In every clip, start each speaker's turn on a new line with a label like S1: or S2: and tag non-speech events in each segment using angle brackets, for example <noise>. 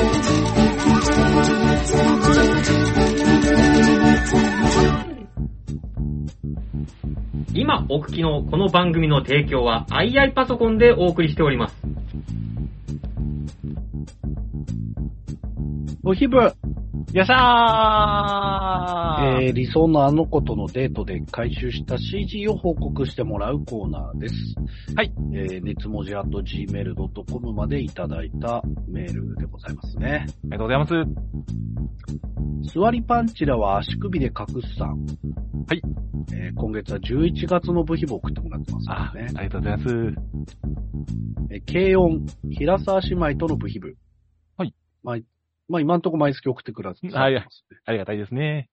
S1: ねつもじ。
S2: 今お聞きのこの番組の提供は II パソコンでお送りしております。
S3: おひぶ、
S4: よっしゃー、
S3: えー、理想のあの子とのデートで回収した CG を報告してもらうコーナーです。
S4: はい。
S3: えー、熱文字 .gmail.com までいただいたメールでございますね。
S4: ありがとうございます。
S3: 座りパンチラは足首で隠すさん。
S4: はい。
S3: えー、今月は11月の部費も送ってもらってますか
S4: あ、
S3: らね。
S4: ありがとうございます。
S3: えー、軽音、平沢姉妹との部費部。
S4: はい。
S3: まあ、まあ、今んとこ毎月送ってくださってます、
S4: はいはいありがたいですね。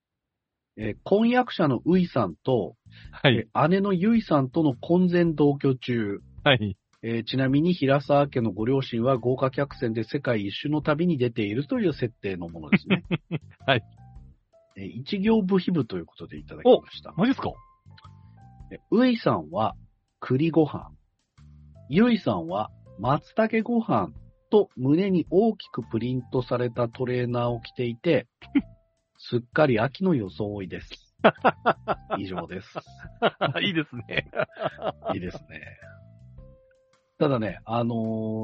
S3: えー婚約者のういさんと、
S4: はい。
S3: えー姉のゆいさんとの婚前同居中、
S4: はい。。
S3: えーちなみに平沢家のご両親は豪華客船で世界一周の旅に出ているという設定のものですね
S4: <laughs> はい。
S3: えー一行部秘部ということでいただきました。
S4: マジっすか
S3: えーういさんは栗ご飯、ゆいさんは松茸ご飯と胸に大きくプリントされたトレーナーを着て
S4: <laughs>
S3: いて、すっかり秋の装いです。以上です。
S4: いいですね。
S3: <laughs> いいですね。ただね、あの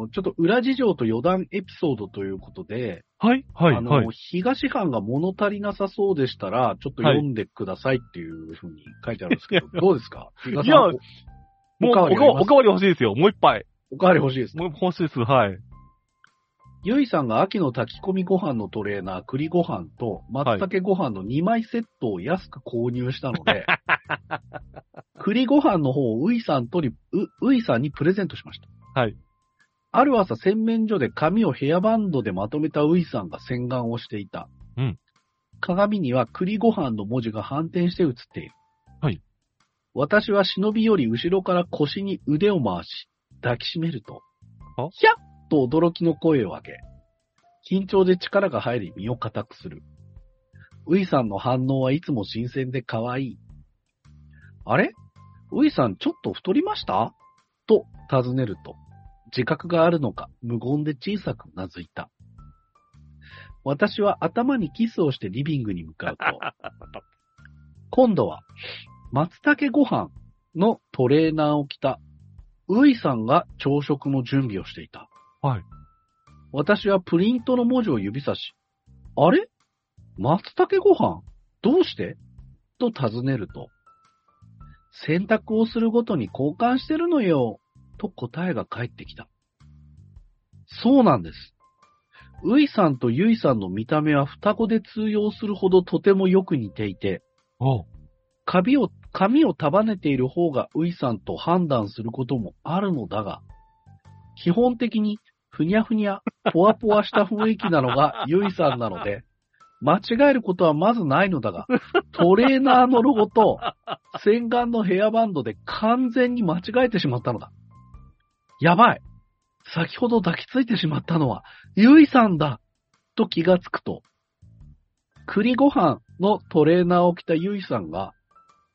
S3: ーちょっと裏事情と余談エピソードということで、
S4: はい、はい、
S3: あのー
S4: はい。
S3: 東藩が物足りなさそうでしたら、ちょっと読んでくださいっていうふうに書 <laughs> いてあるんですけど、どうですか東藩
S4: いやも
S3: お
S4: う、お
S3: か
S4: か
S3: わ
S4: わ
S3: り
S4: り
S3: あります
S4: おかわり欲しいですよ。もう一杯。
S3: おかわり欲しいです。
S4: もう欲しいです。はい。
S3: ゆいさんが秋の炊き込みご飯のトレーナー、栗ご飯と松茸ご飯の2枚セットを安く購入した
S4: <laughs>
S3: ので、栗ご飯の方をういさんとに、う、ういさんにプレゼントしました。
S4: はい。
S3: ある朝、洗面所で髪をヘアバンドでまとめたういさんが洗顔をしていた。
S4: うん
S3: 鏡には栗ご飯の文字が反転して映っている。
S4: はい。
S3: 私は忍びより後ろから腰に腕を回し、抱きしめると
S4: あ、
S3: ひゃっと驚きの声を上げ、緊張で力が入り身を固くする。ウイさんの反応はいつも新鮮で可愛い。あれウイさんちょっと太りましたと尋ねると、自覚があるのか無言で小さくうなずいた。私は頭にキスをしてリビングに向かうと、今度は松茸ご飯のトレーナーを着たウイさんが朝食の準備をしていた。
S4: はい。
S3: 私はプリントの文字を指さし、あれ松茸ご飯どうしてと尋ねると、洗濯をするごとに交換してるのよ、と答えが返ってきた。そうなんです。ウイさんとユイさんの見た目は双子で通用するほどとてもよく似ていて、
S4: おう
S3: 髪を、髪を束ねている方がウイさんと判断することもあるのだが、基本的にふにゃふにゃ、ぽわぽわした雰囲気なのがユイさんなので、間違えることはまずないのだが、トレーナーのロゴと洗顔のヘアバンドで完全に間違えてしまったのだ。やばい先ほど抱きついてしまったのはユイさんだと気がつくと、栗ご飯のトレーナーを着たユイさんが、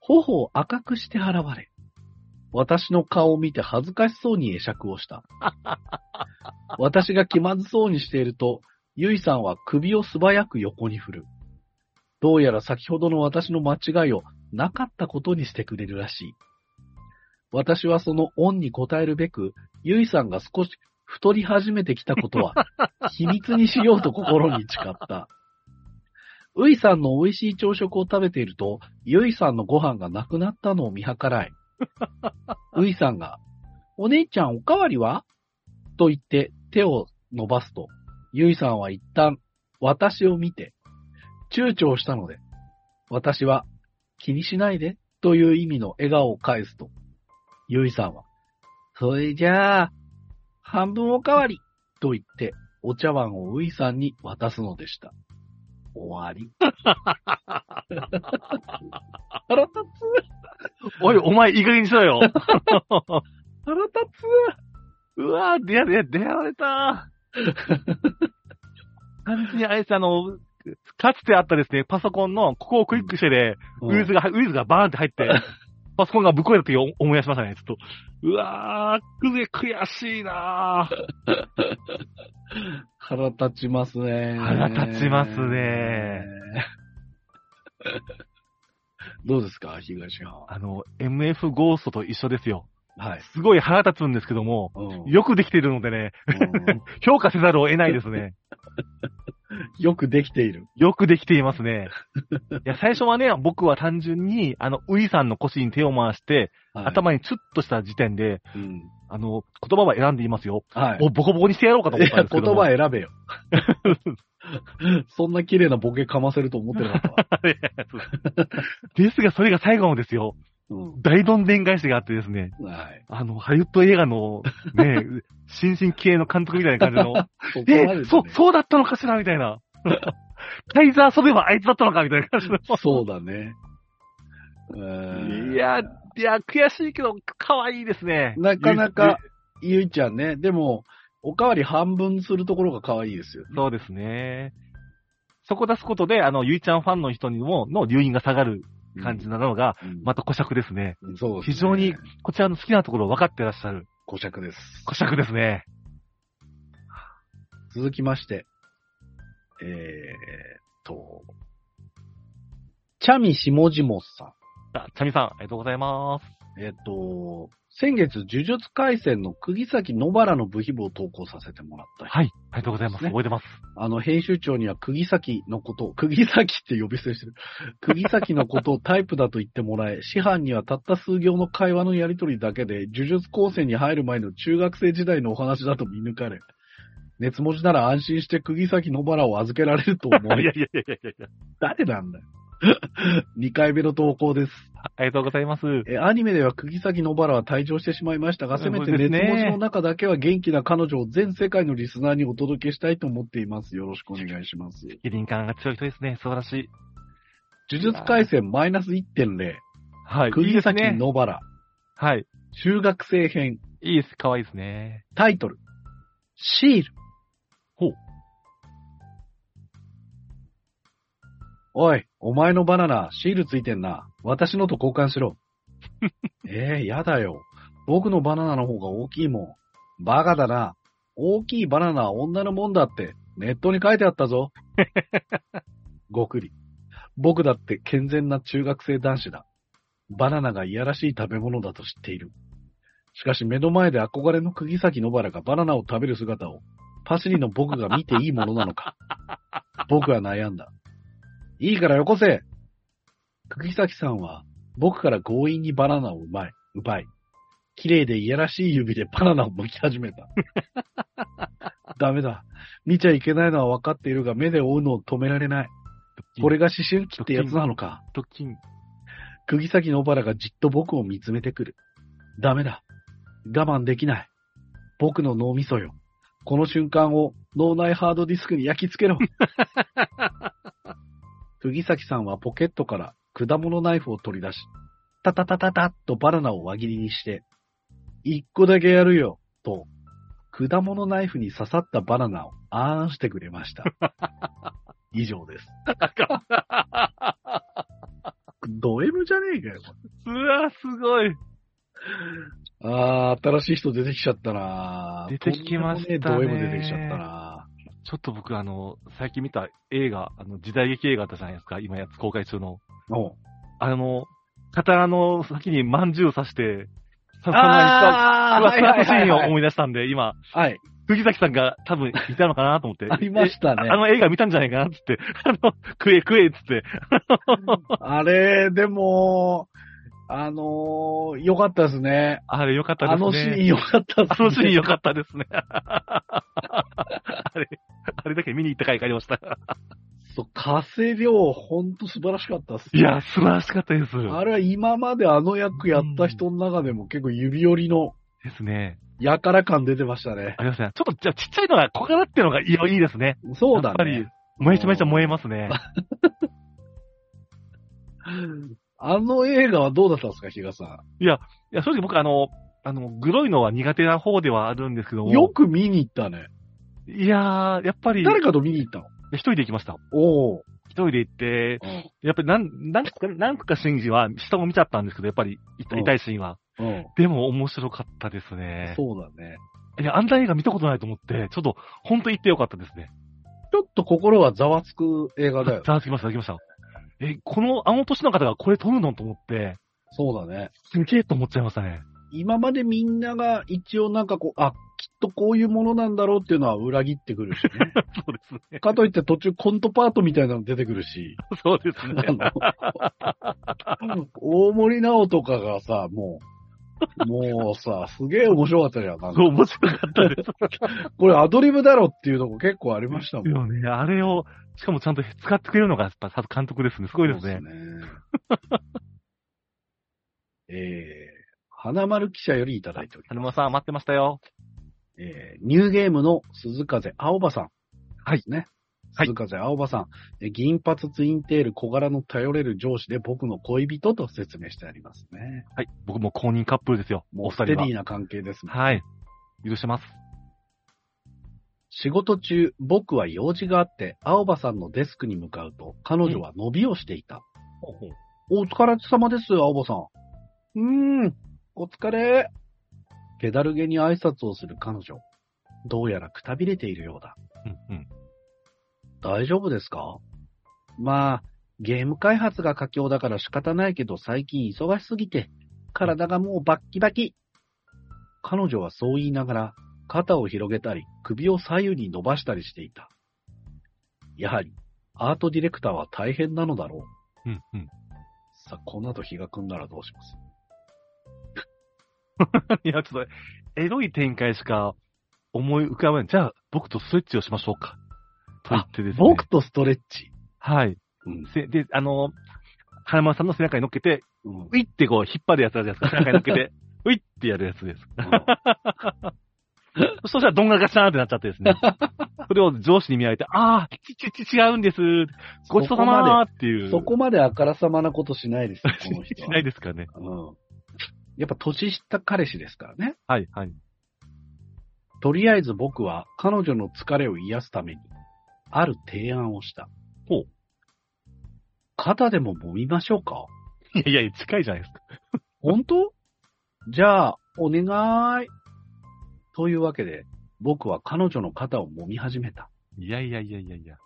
S3: 頬を赤くして現れ、私の顔を見て恥ずかしそうに会釈をした。私が気まずそうにしていると、ゆいさんは首を素早く横に振る。どうやら先ほどの私の間違いをなかったことにしてくれるらしい。私はその恩に応えるべく、ゆいさんが少し太り始めてきたことは、秘密にしようと心に誓った。ういさんの美味しい朝食を食べていると、ゆいさんのご飯がなくなったのを見計ら <laughs> い、ういさんが、お姉ちゃんおかわりはと言って手を伸ばすと、ゆいさんは一旦私を見て、躊躇したので、私は気にしないでという意味の笑顔を返すと、ゆいさんは、それじゃあ、半分おかわりと言って、お茶碗をういさんに渡すのでした。終わり。腹立つ。
S5: おい、お前、いい加減にし
S4: <laughs>
S5: ろよ。
S3: 腹立つ
S5: うわぁ、出や、出、出られたー。完全にあれです、あの、かつてあったですね、パソコンの、ここをクリックしてで、ウイルスが、ウイルスがバーンって入って、パソコンがぶっ壊れた時を思い出しましたね、ちょっと。うわぁ、くぜ、悔しいなぁ。
S3: 腹立ちますね。
S5: 腹立ちますね。
S3: <laughs> どうですか、東山。
S5: あの、MF ゴーストと一緒ですよ。
S3: はい。
S5: すごい腹立つんですけども、
S3: うん
S5: よくできているのでね、
S3: うん
S5: 評価せざるを得ないですね。
S3: よくできている。
S5: よくできていますね。いや、最初はね、僕は単純に、あの、ウイさんの腰に手を回して、
S3: はい、
S5: 頭にチュッとした時点で、
S3: うん。
S5: あの、言葉は選んでいますよ。
S3: はい。
S5: もうボコボコにしてやろうかと思ったん
S3: 言
S5: ですけども。
S3: 葉選べよ。 <laughs> そんな綺麗なボケかませると思ってなかったわ。
S5: <laughs> ですが、それが最後のですよ。
S3: う
S5: 大どんでん返しがあってですね、
S3: ん。はい。
S5: あの、ハリウッド映画の、
S3: <laughs>
S5: ね、新進気鋭の監督みたいな感じの、
S3: そこまで、
S5: え、そ、そうだったのかしらみたいな。 <laughs> カイザー・ソデはあいつだったのかみたいな感じの。
S3: そうだね。うーん
S5: いや、いや、悔しいけど、可愛いですね。
S3: なかなか、ゆいちゃんね、でも、おかわり半分するところが可愛いですよ。
S5: ゆ。そうですね。そこ出すことで、あの、ゆいちゃんファンの人にも、の留飲が下がる感じなのが、
S3: うん
S5: また古尺ですね。
S3: うんそうですね
S5: 非常に、こちらの好きなところを分かってらっしゃる。
S3: 固着です。
S5: 古尺ですね。
S3: 続きまして、えー、と、チャミしもじもさん。
S5: あ、チャミさん、ありがとうございます。
S3: えっと、先月、呪術廻戦の釘崎野原の部費部を投稿させてもらった。
S5: はい、ありがとうございます。
S3: ね
S5: 覚えてます。
S3: あの、編集長には釘崎のこと <laughs> を、釘崎って呼び捨てしてる。釘崎のことをタイプだと言ってもらえ、師範にはたった数行の会話のやりとりだけで、呪術高専に入る前の中学生時代のお話だと見抜かれ、熱文字なら安心して釘崎野原を預けられると思
S5: いやい <laughs>
S3: い
S5: や、いやいやいや。
S3: 誰なんだよ。2回目の投稿です。
S5: ありがとうございます。
S3: え、アニメでは釘崎野原は退場してしまいましたが、せめて
S5: そうで
S3: 熱
S5: すね
S3: 文字の中だけは元気な彼女を全世界のリスナーにお届けしたいと思っています。よろしくお願いします。
S5: キリン感が強い人ですね。素晴らしい。
S3: 呪術廻戦マイナス1.0、
S5: はい。いい
S3: 釘
S5: です
S3: 崎
S5: ね。
S3: 野原、
S5: はい。
S3: 中学生編、
S5: いいです。可愛いですね。
S3: タイトル、シール。
S5: ほう。
S3: おい、お前のバナナ、シールついてんな。私のと交換
S5: <laughs>
S3: しろ。ええやだよ。僕のバナナの方が大きいもん。バカだな。大きいバナナは女のもんだって、ネットに書いてあっ
S5: <laughs>
S3: たぞ。ごくり。僕だって健全な中学生男子だ。バナナがいやらしい食べ物だと知っている。しかし目の前で憧れの釘崎野原がバナナを食べる姿を、パシリの僕が見ていいものなのか。僕は悩んだ。いいからよこせ釘崎さんは、僕から強引にバナナを奪い、奪い、綺麗でいやらしい指でバナナを巻き始めた。 <laughs> ダメだ。見ちゃいけないのは分かっているが、目で追うのを止められない。これが思春期ってやつなのか。
S5: ドッキン。
S3: 釘崎野原がじっと僕を見つめてくる。ダメだ。我慢できない。僕の脳みそよ。この瞬間を脳内ハードディスクに焼き付けろ。釘崎さんはポケットから果物ナイフを取り出し、タタタタタッとバナナを輪切りにして、一個だけやるよ、と、果物ナイフに刺さったバナナをあーんしてくれました。以上です。ド M じゃねえかよ。
S5: うわ、すごい。
S3: あー、新しい人出てきちゃったな
S5: 出てきましたね
S3: とんでもねえド M 出てきちゃったな
S5: ちょっと僕、あの、最近見た映画、あの、時代劇映画あったじゃないですか。今やつ公開中の。
S3: おう
S5: あの、刀の先に饅頭を刺して、さ
S3: あー
S5: にした、ふわふわのシーンを
S3: はいはいはいはい
S5: 思い出したんで、今、
S3: はい、
S5: 藤崎さんが多分いたのかなと思って。
S3: <laughs> ありましたね
S5: えあ。の映画見たんじゃないかなっつって、 <laughs> あの、食え食えっつって。
S3: あれ、でも、あのー、よかったですね。
S5: あれ良かったですね。
S3: あのシーンよかったです
S5: あ
S3: ね。
S5: のシーン良かった
S3: <laughs>
S5: ですね。あれ、あれだけ見に行った回帰りました。
S3: そう、稼量、ほんと素晴らしかったっす、
S5: いや、素晴らしかったです。
S3: あれは今まであの役やった人の中でも結構指折りの
S5: ですね。
S3: やから感出てましたね。
S5: ありますね。ちょっと、じゃあちっちゃいのが小柄っていうのがいいいいですね。
S3: そうだ
S5: やっぱり
S3: ね。、
S5: めちゃめちゃ燃えますね。
S3: あの映画はどうだったんですか、比嘉さ
S5: いや、正直僕あの、あの、グロいのは苦手な方ではあるんですけど
S3: ん。
S5: も。
S3: よく見に行ったね。
S5: いやー、やっぱり、
S3: 誰かと見に行ったの
S5: 一人で行きました。
S3: おお。
S5: 一人で行って、やっぱり何、何個か、何個かシーンは、下も見ちゃったんですけど、やっぱり痛
S3: うん
S5: い痛いシーンは。
S3: うん。
S5: でも面白かったですね。
S3: そうだね。
S5: いや、あんな映画見たことないと思って、ちょっと、本当行ってよかったですね。
S3: ちょっと心はざわつく映画
S5: <laughs>
S3: だよ。
S5: ざわつきました、ざわつきました。え、この、あの年の方がこれ撮るのと思って、
S3: そうだね。
S5: すげえと思っちゃいましたね。
S3: 今までみんなが一応なんかこう、あ、きっとこういうものなんだろうっていうのは裏切ってくるし
S5: <laughs>
S3: ね。
S5: そうですね。
S3: かといって途中コントパートみたいなの出てくるし。
S5: そうですね。
S3: あ
S5: <laughs>
S3: の大森直とかがさ、もう、もうさ、すげえ面白かったじゃん。なん
S5: そ
S3: か
S5: う、面白かったで
S3: これアドリブだろっていうのも結構ありましたも
S5: す
S3: ん。
S5: よね。あれを、しかもちゃんと使ってくれるのが、やっぱ、さすが監督ですね。すごいですね。
S3: そうですね。 <laughs> えー、花丸記者よりいただいており
S5: 花
S3: ま
S5: 村
S3: す。
S5: さん、待ってましたよ。
S3: えーニューゲームの鈴風青葉さん。
S5: はい
S3: ね。
S5: はい
S3: 鈴風青葉さん、えー銀髪ツインテール小柄の頼れる上司で僕の恋人と説明してありますね。
S5: はい。僕も公認カップルですよ。
S3: も
S5: お
S3: うス
S5: 二
S3: テ
S5: 人
S3: デ
S5: は
S3: ィ。ーな関係ですもん
S5: はい。許してます。
S3: 仕事中、僕は用事があって、青葉さんのデスクに向かうと、彼女は伸びをしていた。お疲れ様です、青葉さん。うーん、お疲れ。気だるげに挨拶をする彼女。どうやらくたびれているようだ。
S5: うんうん。
S3: 大丈夫ですかまあ、ゲーム開発が佳境だから仕方ないけど最近忙しすぎて、体がもうバッキバキ。彼女はそう言いながら、肩を広げたり、首を左右に伸ばしたりしていた。やはり、アートディレクターは大変なのだろう。
S5: うんうん。
S3: さあ、この後日が来んならどうします
S5: <laughs> いや、ちょっと、エロい展開しか思い浮かばない。じゃあ、僕とストレッチをしましょうか。と言ってですね。
S3: 僕とストレッチ。
S5: はい。
S3: うん
S5: せで、あの、花丸さんの背中に乗っけて、
S3: うん <laughs>
S5: ウィってこう引っ張るやつあるじゃない <laughs> ですか。背中に乗っけて、ウィってやるやつです。そしたらどんがガシャーンってなっちゃって <laughs> ですね。それを上司に見られて、あー、ち、ち、ち、違うんです。ごちそうさまーっていう。
S3: そこまであからさまなことしない
S5: <laughs>
S3: ですよ、この人
S5: し
S3: は。
S5: ないですかね。
S3: うん。やっぱ年下彼氏ですからね。
S5: はい、はい。
S3: とりあえず僕は彼女の疲れを癒すために、ある提案をした。
S5: ほう。
S3: 肩でも揉みましょうか
S5: いやいや、近いじゃないですか。
S3: 本当じゃあ、お願い。というわけで、僕は彼女の肩を揉み始めた。
S5: いやいやいやいやいや。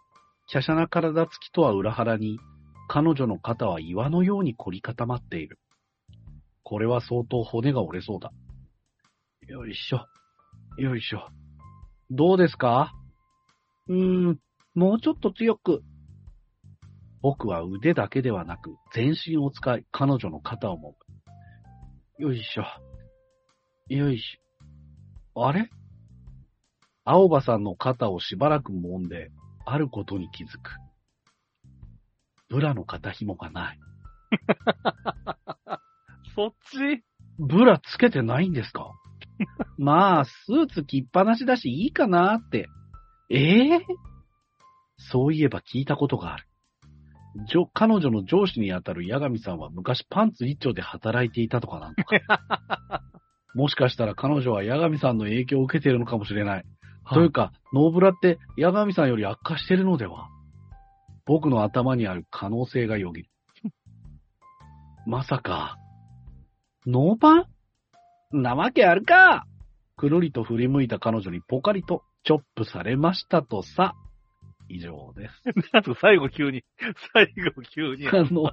S3: 華奢な体つきとは裏腹に、彼女の肩は岩のように凝り固まっている。これは相当骨が折れそうだ。よいしょ。よいしょ。どうですかうーん、もうちょっと強く。僕は腕だけではなく、全身を使い、彼女の肩をもむ。よいしょ。よいしょ。あれ青葉さんの肩をしばらく揉んで、あることに気づく。ブラの肩紐がない。
S5: そっち <laughs>
S3: ブラつけてないんですかまあ、スーツ着っぱなしだしいいかなって。ええそういえば聞いたことがある。じょ彼女の上司にあたる八神さんは昔パンツ一丁で働いていたとかなんとか。もしかしたら彼女は八神さんの影響を受けているのかもしれない。というか、ノーブラって八神さんより悪化してるのでは僕の頭にある可能性がよぎる。まさか、ノーパンなわけあるかくるりと振り向いた彼女にポカリとチョップされましたとさ。以上です。
S5: なんか最後急に、最後急に。
S3: あの、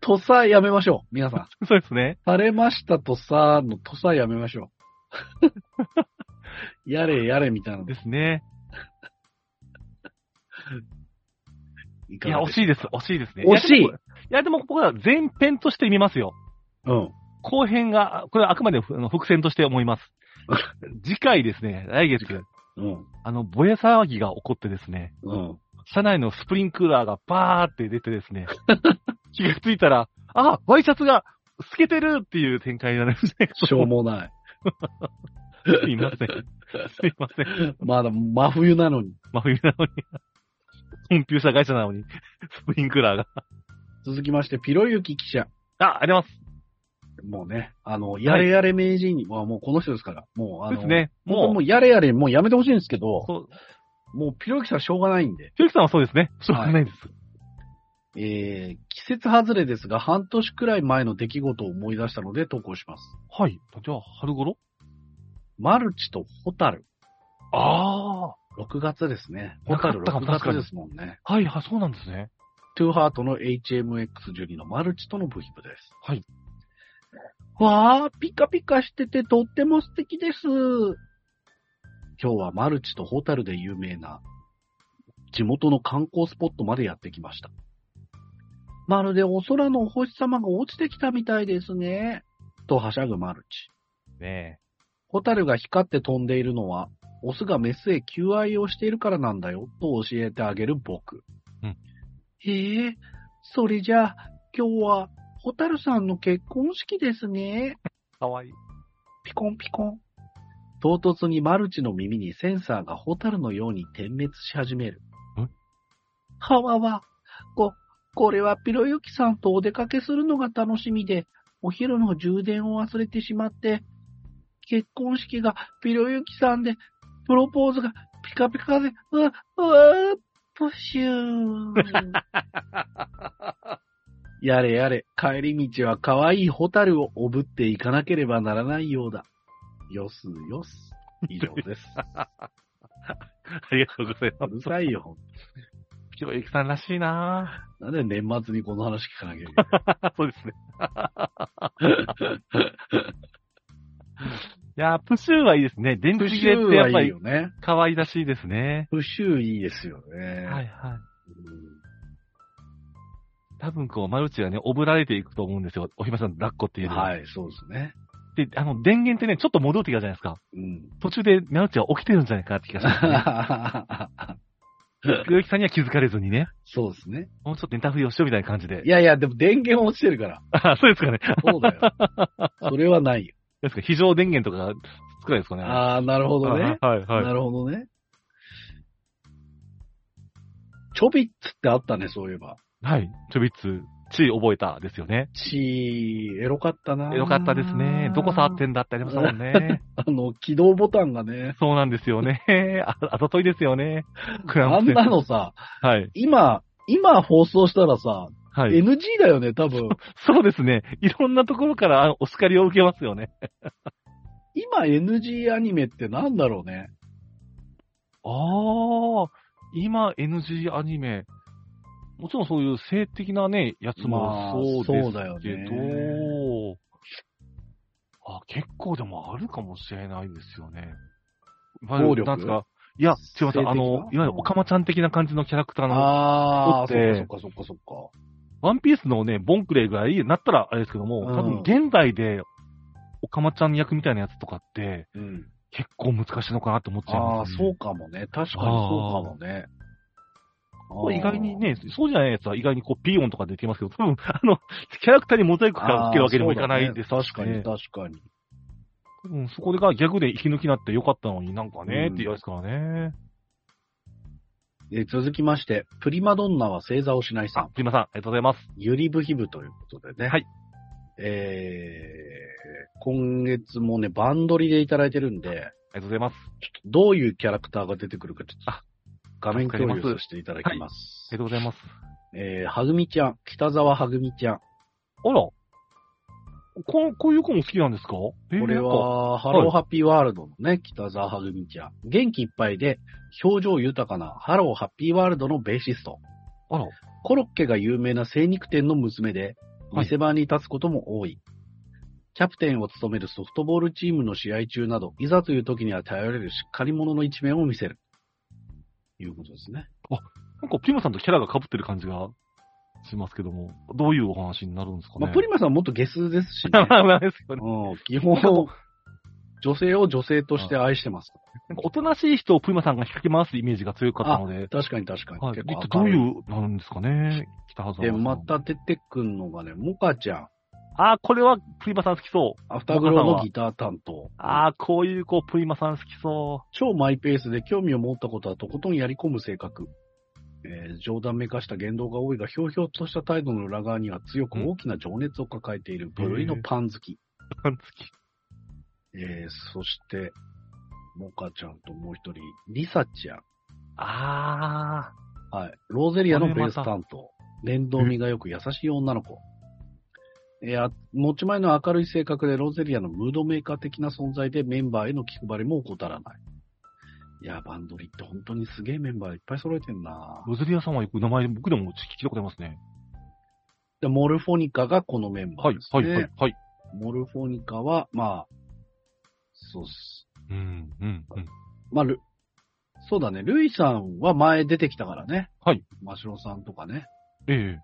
S3: とさやめましょう。皆さん。
S5: <laughs> そうですね。
S3: されましたとさのとさやめましょ
S5: <laughs>
S3: う。やれやれみたいなの
S5: ですね。
S3: い
S5: い
S3: か
S5: や、
S3: がで
S5: 惜
S3: す
S5: しいです。惜しいですね。
S3: 惜しい
S5: やでもいや、でも僕は前編として見ますよ。
S3: うん。
S5: 後編が、これはあくまであの伏線として思い
S3: <laughs>
S5: ます。次回ですね、来月、
S3: うん。
S5: あの、ボヤ騒ぎが起こってですね、
S3: うん。
S5: 車内のスプリンクーラーがバーって出てです
S3: <laughs>
S5: ね、気がついたら、あ、ワイシャツが透けてるっていう展開になりましたね。
S3: しょうもない。
S5: す <laughs> いません。すいません。
S3: <laughs> まだ真冬なのに。
S5: 真冬なのに、コンピューター会社なのに、スプリンクラーが。
S3: 続きまして、ピロユキ記者。
S5: あ、あります。
S3: もうね、あの、やれやれ名人に、はもうこの人ですから。もう、あ
S5: で
S3: の、
S5: すね。
S3: もう、
S5: も
S3: もうやれやれ、もうやめてほしいんですけ
S5: う、
S3: ど、
S5: そう、
S3: もうピロユキさんしょうがないんで、
S5: ひろゆきさんはそうですね。しょうがないです。
S3: えー、季節外れですが、半年くらい前の出来事を思い出したので投稿します。
S5: はい。じゃあ、春頃
S3: マルチとホタル。
S5: あ
S3: 6月ですね。ホ
S5: な
S3: タ
S5: か
S3: ル
S5: ったかも
S3: 6
S5: 確か
S3: 月
S5: に
S3: ですもんね。
S5: あ。はい、はい、そうなんですね。
S3: トゥーハートの HMX12 のマルチとの部品部です。
S5: はい。
S3: わー、ピカピカしててとっても素敵です。今日はマルチとホタルで有名な地元の観光スポットまでやってきました。まるでお空のお星様が落ちてきたみたいですね。とはしゃぐマルチ。
S5: ね
S3: ホタルが光って飛んでいるのは、オスがメスへ求愛をしているからなんだよ、と教えてあげる僕。
S5: うん
S3: へえ、それじゃあ、今日は、ホタルさんの結婚式ですね。
S5: え。かわいい。
S3: ピコンピコン。唐突にマルチの耳にセンサーがホタルのように点滅し始める
S5: え。
S3: はわわ、こ、これはピロユキさんとお出かけするのが楽しみで、お昼の充電を忘れてしまって、結婚式がピロユキさんで、プロポーズがピカピカで、うわ、うわ、プシュー。やれやれ、帰り道は可愛いホタルをおぶっていかなければならないようだ。よすよす。以上
S5: <laughs>
S3: です。
S5: ありがとうございうま
S3: る
S5: す。
S3: さいよ。
S5: ひろゆきさんらしいな
S3: なんで年末にこの話聞かなきゃいけ
S5: <laughs>
S3: ない。
S5: ぁ <laughs> そうですね。いやープシューはいいですね。電
S3: プ
S5: 池
S3: シ
S5: 切れ
S3: ュ
S5: って
S3: ー
S5: やっぱ
S3: はいい
S5: り
S3: よね。
S5: 可愛らしいですね。
S3: プシューいいですよね。
S5: はいはい。
S3: うん
S5: 多分こう、マルチがね、おぶられていくと思うんですよ。お姫さんの抱っこっていうのは。
S3: はい、そうですね。
S5: で、あの、電源ってね、ちょっと戻ってきたじゃないですか。
S3: うん。
S5: 途中でマルチは起きてるんじゃないかって気がします、 <laughs> ね。ひろゆきさんには気づかれずにね、
S3: <laughs> そうですね。
S5: もうちょっと寝たふりをしようみたいな感じで
S3: い。やいや、でも電源落ちてるから。
S5: あそうですかね。
S3: そう
S5: <laughs>
S3: だよ。それはないよ。
S5: ですか非常電源とか少ないですかね。
S3: ああ、なるほどね。
S5: はいはいはい。
S3: なるほどね。ちょびっつってあったね、そういえば。
S5: はい。ちょびっつ、地位覚えたですよね。
S3: ちエロかったな。
S5: よかったですね。どこ触ってんだってありましたもん
S3: <laughs>
S5: ね。
S3: あの、起動ボタンがね。
S5: そうなんですよね。あ、あざといですよね。クラ
S3: あ
S5: ン
S3: ん
S5: プ
S3: なのさ、
S5: はい。
S3: 今、今放送したらさ、
S5: はい。
S3: NG だよね、多分。
S5: そうですね。いろんなところからあのお叱りを受けますよね。
S3: 今 NG アニメってなんだろうね。
S5: ああ、今 NG アニメ。もちろんそういう性的なね、やつ
S3: ま
S5: も
S3: あ
S5: そうですけど、
S3: そうだよね
S5: あ結構でもあるかもしれないですよね。
S3: 暴力
S5: なんですかいや、すいません。
S3: 性的な
S5: あの、いわゆるオカマちゃん的な感じのキャラクターの、
S3: ああ、
S5: 撮
S3: そ
S5: って
S3: っかそっかそっかそっか。
S5: ワンピースのね、ボンクレイぐらいになったらあれですけども、多
S3: うん
S5: 分現代でオカマちゃん役みたいなやつとかって
S3: うん。
S5: 結構難しいのかなって思っちゃい
S3: ああ
S5: ま
S3: ー、
S5: す、ね。
S3: そうかもね。確かにそうかもね。
S5: これ意外にね、そうじゃないやつは意外にこう、ピーヨンとかできますけど、多分、 <laughs> あの、キャラクターにモザイク
S3: あ
S5: か
S3: ー、
S5: けるわけにもいかないですし、
S3: そうだね確か
S5: 多
S3: に確かに。
S5: 分そこでがギャグで息抜きになってよかったのになんかね、
S3: うん
S5: って言いますからね。
S3: え続きまして、プリマドンナは正座をしない
S5: あ
S3: さん、、
S5: すいません、ありがとうございます。
S3: ゆりぶひぶということでね。
S5: はい。
S3: えー、今月もね、バンドリでいただいてるんで、
S5: ありがとうございます。
S3: ちょっとどういうキャラクターが出てくるか、ちょっと
S5: あ
S3: 画面
S5: 助か
S3: 共
S5: ります
S3: 有させていただきます。
S5: ありがとうございます。
S3: えー、はぐみちゃん、北沢はぐみちゃん。
S5: あら、ここういう子も好きなんですかこ
S3: これ、は、ハローハッピーワールドのね、北沢はぐみちゃん。元気いっぱいで、表情豊かな、ハローハッピーワールドのベーシスト。
S5: あら、
S3: コロッケが有名な精肉店の娘で、
S5: はい
S3: 店番に立つことも多い。キャプテンを務めるソフトボールチームの試合中など、いざという時には頼れるしっかり者の一面を見せる。いうことですね。
S5: なんかプリマさんとキャラが被ってる感じがしますけども、どういうお話になるんですかね。
S3: まあ、プリマさんはもっとゲスですし
S5: <laughs>
S3: ね。
S5: まあまあですよね。
S3: うん、基本、女性を女性として愛してます。
S5: なんかおとなしい人をプリマさんが引っ掛け回すイメージが強かったので、
S3: 確かに確かに。
S5: はい。
S3: 結
S5: 一
S3: 構
S5: 体どう
S3: 明る
S5: いう、なるんですかね。北はず
S3: で、また出てくんのがね、モカちゃん。
S5: あーこれはプリマさん好きそう。
S3: アフターグローのギター担当。
S5: ああ、こういう子、プリマさん好きそ
S3: 超マイペースで興味を持ったことはとことんやり込む性格。えー冗談めかした言動が多いが、ひょうひょうとした態度の裏側には強く大きな情熱を抱えている部類のパン好き。
S5: パン好き。
S3: えーそして、モカちゃんともう一人、リサちゃん。
S5: あ
S3: はい。ローゼリアのベース担当。面倒見がよく優しい女の子。いや、持ち前の明るい性格でローゼリアのムードメーカー的な存在でメンバーへの気配りも怠らない。いや、バンドリって本当にすげえメンバーいっぱい揃えてんな
S5: ー。ロズリアさんはよく名前、僕でも聞いたことありますね。
S3: で、モルフォニカがこのメンバ
S5: は
S3: ー
S5: い
S3: です、
S5: はい、
S3: ね。
S5: はい、はい。
S3: モルフォニカは、まあ、そうっす。
S5: うん、うん、うん。
S3: まあ、ルそうだね。ルイさんは前出てきたからね。
S5: はい。
S3: マシロさんとかね。
S5: え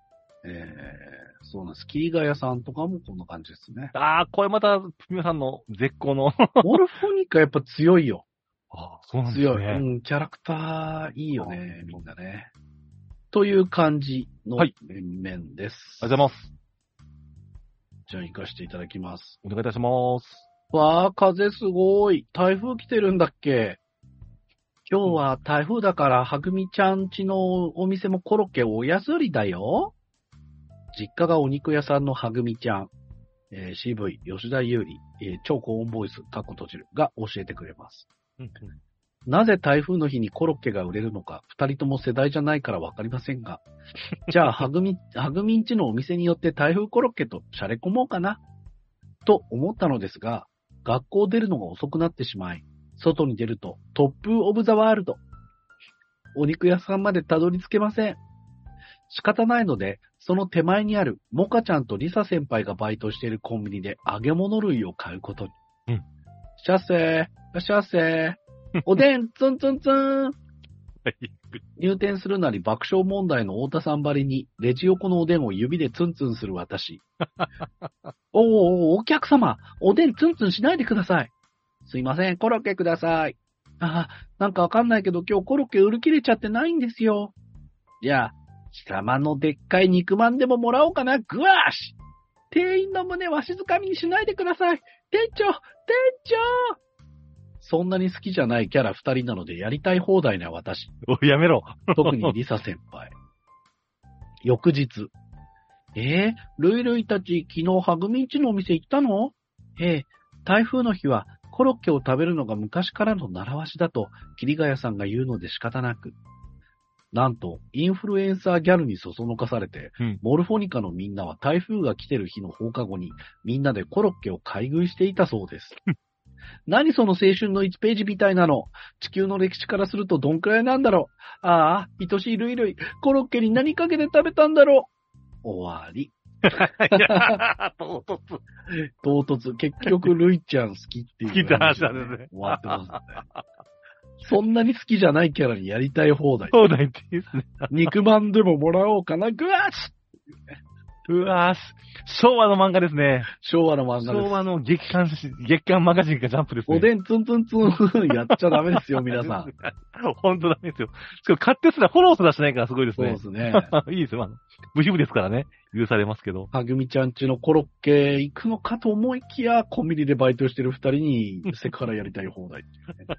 S3: えー、そうなんです。キリガヤさんとかもこんな感じです
S5: <laughs>
S3: ね
S5: え。。ああ、これまた、皆さんの絶好の。
S3: モルフォニカやっぱ強いよ。
S5: ああ、そうなんですね。
S3: 強い。うん、キャラクターいいよね、みんなね。という感じの
S5: はい
S3: 面々です。
S5: ありがとうございます。
S3: じゃあ行かせていただきます。
S5: お願いいたします。
S3: わあ、風すごい。台風来てるんだっけ今日は台風だから、はぐみちゃん家のお店もコロッケおやすりだよ。実家がお肉屋さんのはぐみちゃん、えー CV、吉田優里、えー超高音ボイス、タコ閉じるが教えてくれます。
S5: うん、
S3: なぜ台風の日にコロッケが売れるのか、二人とも世代じゃないからわかりません
S5: <laughs>
S3: が。じゃあ、はぐみ、はぐみんちのお店によって台風コロッケとシャレ込もうかな。と思ったのですが、学校出るのが遅くなってしまい、外に出ると突風オブザワールド。お肉屋さんまでたどり着けません。仕方ないので、その手前にあるモカちゃんとリサ先輩がバイトしているコンビニで揚げ物類を買うことに。
S5: うん。
S3: シャッセー、いらっしゃいませ。おでん、ツンツンツン。
S5: はい。
S3: 入店するなり爆笑問題の太田さんばりに、レジ横のおでんを指でツンツンする私。おーおーお客様、おでんツンツンしないでください。すいません、コロッケください。あー、なんかわかんないけど今日コロッケ売り切れちゃってないんですよ。じゃあ、貴様のでっかい肉まんでももらおうかな、グワーシ店員の胸わしづかみにしないでください。店長、店長そんなに好きじゃないキャラ二人なのでやりたい放題な私。
S5: おいやめろ。
S3: 特にリサ先輩。翌日。えー、ルイルイたち昨日ハグミンチのお店行ったのええ台風の日はコロッケを食べるのが昔からの習わしだと、桐ヶ谷さんが言うので仕方なく。なんと、インフルエンサーギャルにそそのかされて、
S5: うん
S3: モルフォニカのみんなは台風が来てる日の放課後に、みんなでコロッケを買い食いしていたそうです。 <laughs> 何その青春の1ページみたいなの地球の歴史からするとどんくらいなんだろうああ、愛しいルイルイ、コロッケに何かけて食べたんだろう。終わり。
S5: <laughs> いや、唐突。
S3: 唐突。結局、ルイちゃん好きっていう、
S5: 好きって話なんですね
S3: 終わってますね。そんなに好きじゃないキャラにやりたい放 <laughs> 題。
S5: そうだよっていいですね。
S3: 肉まんでももらおうかな。グワッ
S5: うわぁ、昭和の漫画ですね。
S3: 昭和の漫画で
S5: 昭
S3: す。
S5: 和の月刊誌、月刊マガジンかジャンプですね。
S3: おでんツンツンツンやっちゃダメですよ、皆 <laughs> さ
S5: <laughs>
S3: ん。
S5: ん。ほんとダメですよ。しかも買ってすらフォローすらしないからすごいです
S3: そうで
S5: ね。
S3: すね。
S5: いいですよ。あの無皮膚ですからね。許されますけど。
S3: はぐみちゃんちのコロッケ行くのかと思いきや、コンビニでバイトしてる二人
S5: <laughs>
S3: にセクハラやりたい放題っていうね。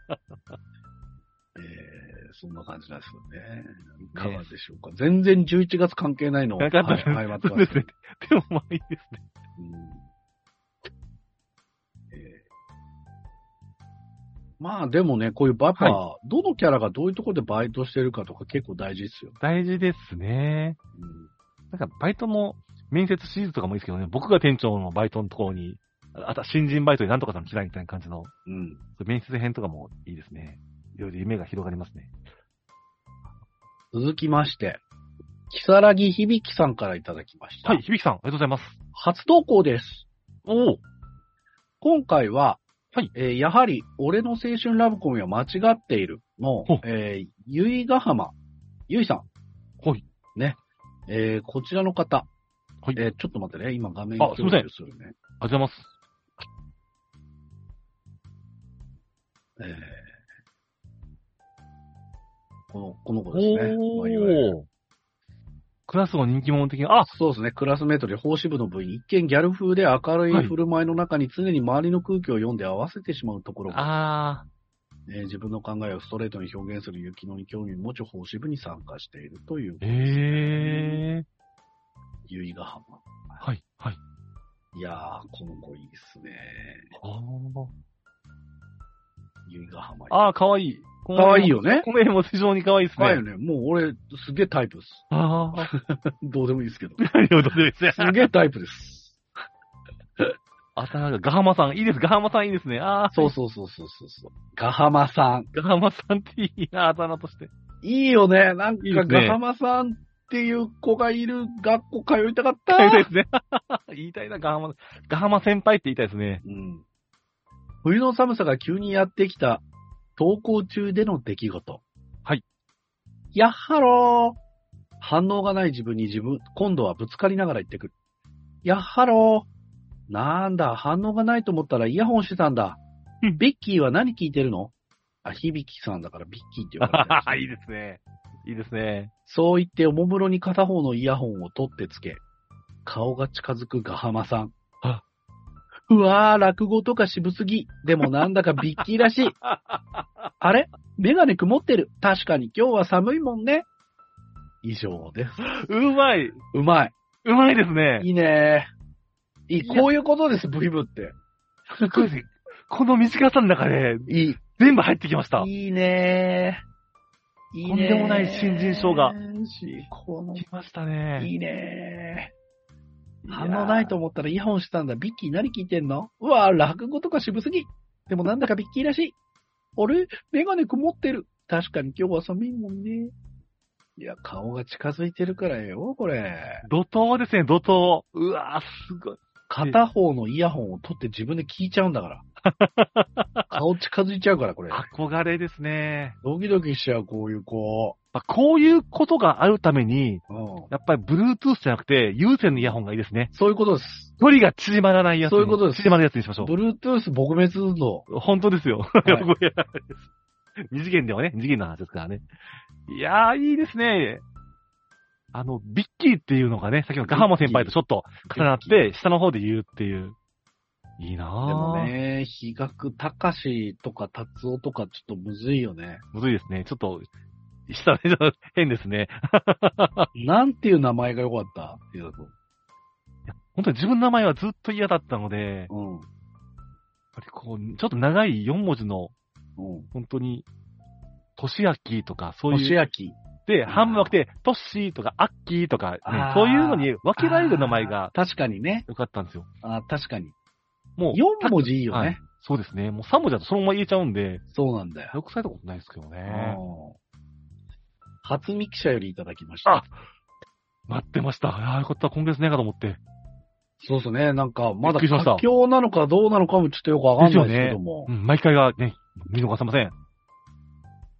S3: えー、そんな感じなんですよね。いかがでしょうか。全然11月関係ないのを、
S5: なかった
S3: はい、はい、
S5: そうですね。でもまあいいですね。
S3: うんえーまあでもね、こういうバカ、
S5: は
S3: どのキャラがどういうところでバイトしてるかとか結構大事ですよ。
S5: 大事ですね。
S3: うん
S5: なんかバイトも、面接シリーズとかもいいですけどね。僕が店長のバイトのところに、ああと新人バイトになんとかさん来ないみたいな感じの、
S3: うん。
S5: 面接編とかもいいですね。いろいろ夢が広がりますね。
S3: 続きまして、木更木響さんからいただきました。
S5: はい、響さん、ありがとうございます。
S3: 初投稿です。
S5: おお
S3: 今回は、
S5: はい
S3: えーやはり、俺の青春ラブコメは間違っているの
S5: ほう、
S3: えー、ゆいがはま、ゆいさん。
S5: はい。
S3: ね。えーこちらの方。
S5: はい
S3: えーちょっと待ってね。今画面
S5: あすいません
S3: 共有するね。
S5: ありがとうございます。
S3: えーこの、この子ですね。まあいわゆる
S5: おークラスの人気者的な、あ
S3: そうですね。クラスメートで法支部の部員、一見ギャル風で明るい振る舞いの中に常に周りの空気を読んで合わせてしまうところが
S5: あ
S3: えー自分の考えをストレートに表現する雪乃に興味を持ち、法支部に参加しているという、
S5: ええー。
S3: 由比ヶ浜。
S5: はい、はい。
S3: いやー、この子いいっすね。由比ヶ浜。
S5: ああ、かわいい。か
S3: かわいい。よね。
S5: この絵も非常にかわいいです
S3: かわいいよ
S5: ね。
S3: ね。もう俺、すげえタイプです。 <laughs>
S5: ああ、
S3: どうでもいいです
S5: <laughs>
S3: けど。
S5: なるほどですね。
S3: すげえタイプです。
S5: あたなんかガハマさん、いいです、ガハマさんいいですね。ああ、
S3: そうそうそうそうそうそう。ガハマさん。
S5: ガハマさんっていいな、あたなとして。
S3: いいよね。なんか
S5: いいですね
S3: ガハマさんっていう子がいる学校通いたかっ
S5: 言いたいで
S3: た。
S5: すね。 <laughs> 言いたいな、ガハマ、ガハマ先輩って言いたいですね。
S3: うん。冬の寒さが急にやってきた登校中での出来事。
S5: はい。
S3: やっはろー。反応がない自分に自分、今度はぶつかりながら言ってくる。やっはろー。なんだ、反応がないと思ったらイヤホンしてたんだ
S5: う。ん
S3: ビッキーは何聞いてるのあ、響さんだからビッキーって呼ばれて
S5: <laughs>
S3: るんですね
S5: いいですね。いいですね。
S3: そう言っておもむろに片方のイヤホンを取ってつけ、顔が近づくガハマさん
S5: あ。
S3: うわぁ、落語とか渋すぎ。でもなんだかビッキー
S5: <laughs>
S3: らしい。あれメガネ曇ってる。確かに今日は寒いもんね。以上です。
S5: うまい。
S3: <laughs> うまい。
S5: うまいですね。
S3: いいねいい、
S5: や
S3: こういうことです、ブイブって。
S5: すごいですねこの短さの中で、
S3: い
S5: 全部入ってきました。
S3: い。いいねいいね
S5: とんでもない新人賞が
S3: しこの
S5: きましたね。
S3: いいね反応ないと思ったらイヤホンしてたんだ。ビッキー何聞いてんのうわぁ、落語とか渋すぎ。でもなんだかビッキーらしい。あれメガネ曇ってる。確かに今日は寒いもんね。いや、顔が近づいてるからよ、これ。
S5: 怒涛ですね、怒涛。うわーすごい。
S3: 片方のイヤホンを取って自分で聞いちゃうんだから。顔近づいちゃうから、これ。
S5: 憧れですね。
S3: ドキドキしちゃう、こういう子。
S5: まあ、こういうことがあるために、
S3: うん。
S5: やっぱり Bluetooth じゃなくて、有線のイヤホンがいいですね。
S3: そういうことです。
S5: 距離が縮まらないやつに。
S3: そういうことです
S5: 縮まるやつにしましょ
S3: Bluetooth 撲滅運動。
S5: う。本当ですよ。
S3: い
S5: ごめんなさい <laughs> 二次元ではね、二次元の話ですからね。いやー、いいですね。あの、ビッキーっていうのがね、さっきのガハマ先輩とちょっと重なって、下の方で言うっていう。いいなぁ。
S3: でも。ね、比較、高しとか達夫とかちょっとむずいよね。
S5: むずいですね。ちょっと、下ね、変ですね。
S3: なんていう名前が良かったゆうたくん
S5: 本当に自分の名前はずっと嫌だったので、やっぱりこう、ちょっと長い4文字の、
S3: うん。うん。
S5: 本当に、としあきとか、そう
S3: 年
S5: いう、
S3: 明き。
S5: で、半分なくて、とっしーとか、あっきーとかね、
S3: あー
S5: そういうのに分けられる名前
S3: あ
S5: が
S3: ー確かにね。
S5: 良かったんですよ。
S3: あー確かに。
S5: もう、
S3: 4文字いいよね。
S5: はいそうですね。もう3文字だとそのまま言えちゃうんで、
S3: そうなんだよ。
S5: よくされたことないですけどね。
S3: うん初見記者よりいただきまし
S5: あ
S3: た。
S5: 待ってました。ああ、よかった。今月ねえかと思って。
S3: そうですね。なんか、ま
S5: び
S3: だ
S5: っくりしました
S3: 佳境なのかどうなのかもちょっとよくわかんないですけども。
S5: うん、毎回がね、見逃せません。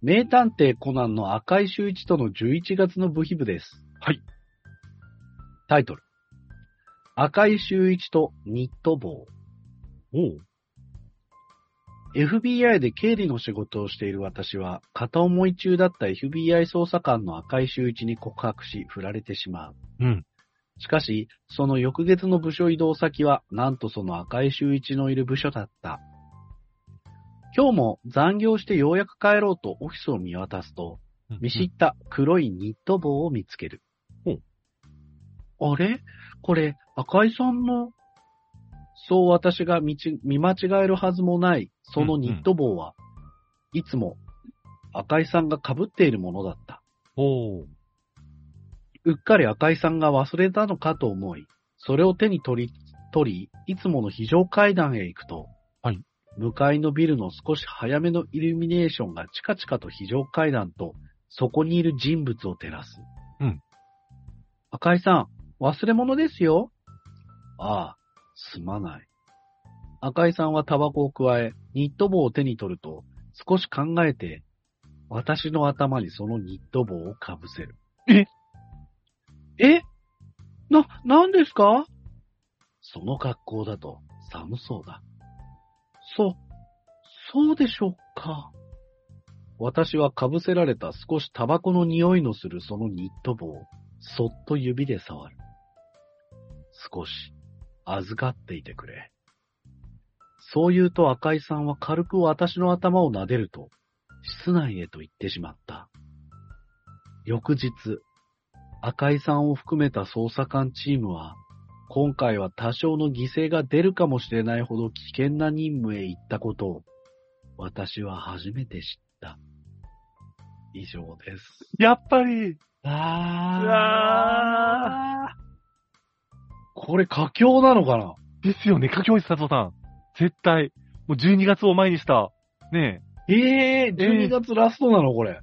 S3: 名探偵コナンの赤井秀一との11月の部費部です。
S5: はい。
S3: タイトル。赤井秀一とニット帽。
S5: おう。
S3: FBI で経理の仕事をしている私は、片思い中だった FBI 捜査官の赤井秀一に告白し、振られてしまう。
S5: うん。
S3: しかし、その翌月の部署移動先は、なんとその赤井秀一のいる部署だった。今日も残業してようやく帰ろうとオフィスを見渡すと、見知った黒いニット帽を見つける。
S5: ほ
S3: あれこれ、赤井さんのそう私が見ち見間違えるはずもない、そのニット帽は、いつも赤井さんが被っているものだった。
S5: おう。
S3: うっかり赤井さんが忘れたのかと思い、それを手に取り、取り、いつもの非常階段へ行くと、
S5: はい
S3: 向かいのビルの少し早めのイルミネーションがチカチカと非常階段と、そこにいる人物を照らす。
S5: うん
S3: 赤井さん、忘れ物ですよ。ああ、すまない。赤井さんはタバコを加え、ニット帽を手に取ると、少し考えて、私の頭にそのニット帽をかぶせる。
S5: え
S3: えな、何ですかその格好だと寒そうだ。そ、そうでしょうか。私はかぶせられた少しタバコの匂いのするそのニット帽をそっと指で触る。少し預かっていてくれ。そう言うと赤井さんは軽く私の頭を撫でると、室内へと行ってしまった。翌日、赤井さんを含めた捜査官チームは、今回は多少の犠牲が出るかもしれないほど危険な任務へ行ったことを、私は初めて知った。以上です。
S5: やっぱり、う
S3: あ
S5: わ
S3: これ佳境なのかな
S5: ーですよね、かきおじ佐藤さん。絶対。もう12月を前にした、ね
S3: ええー、12月ラストなのこれ。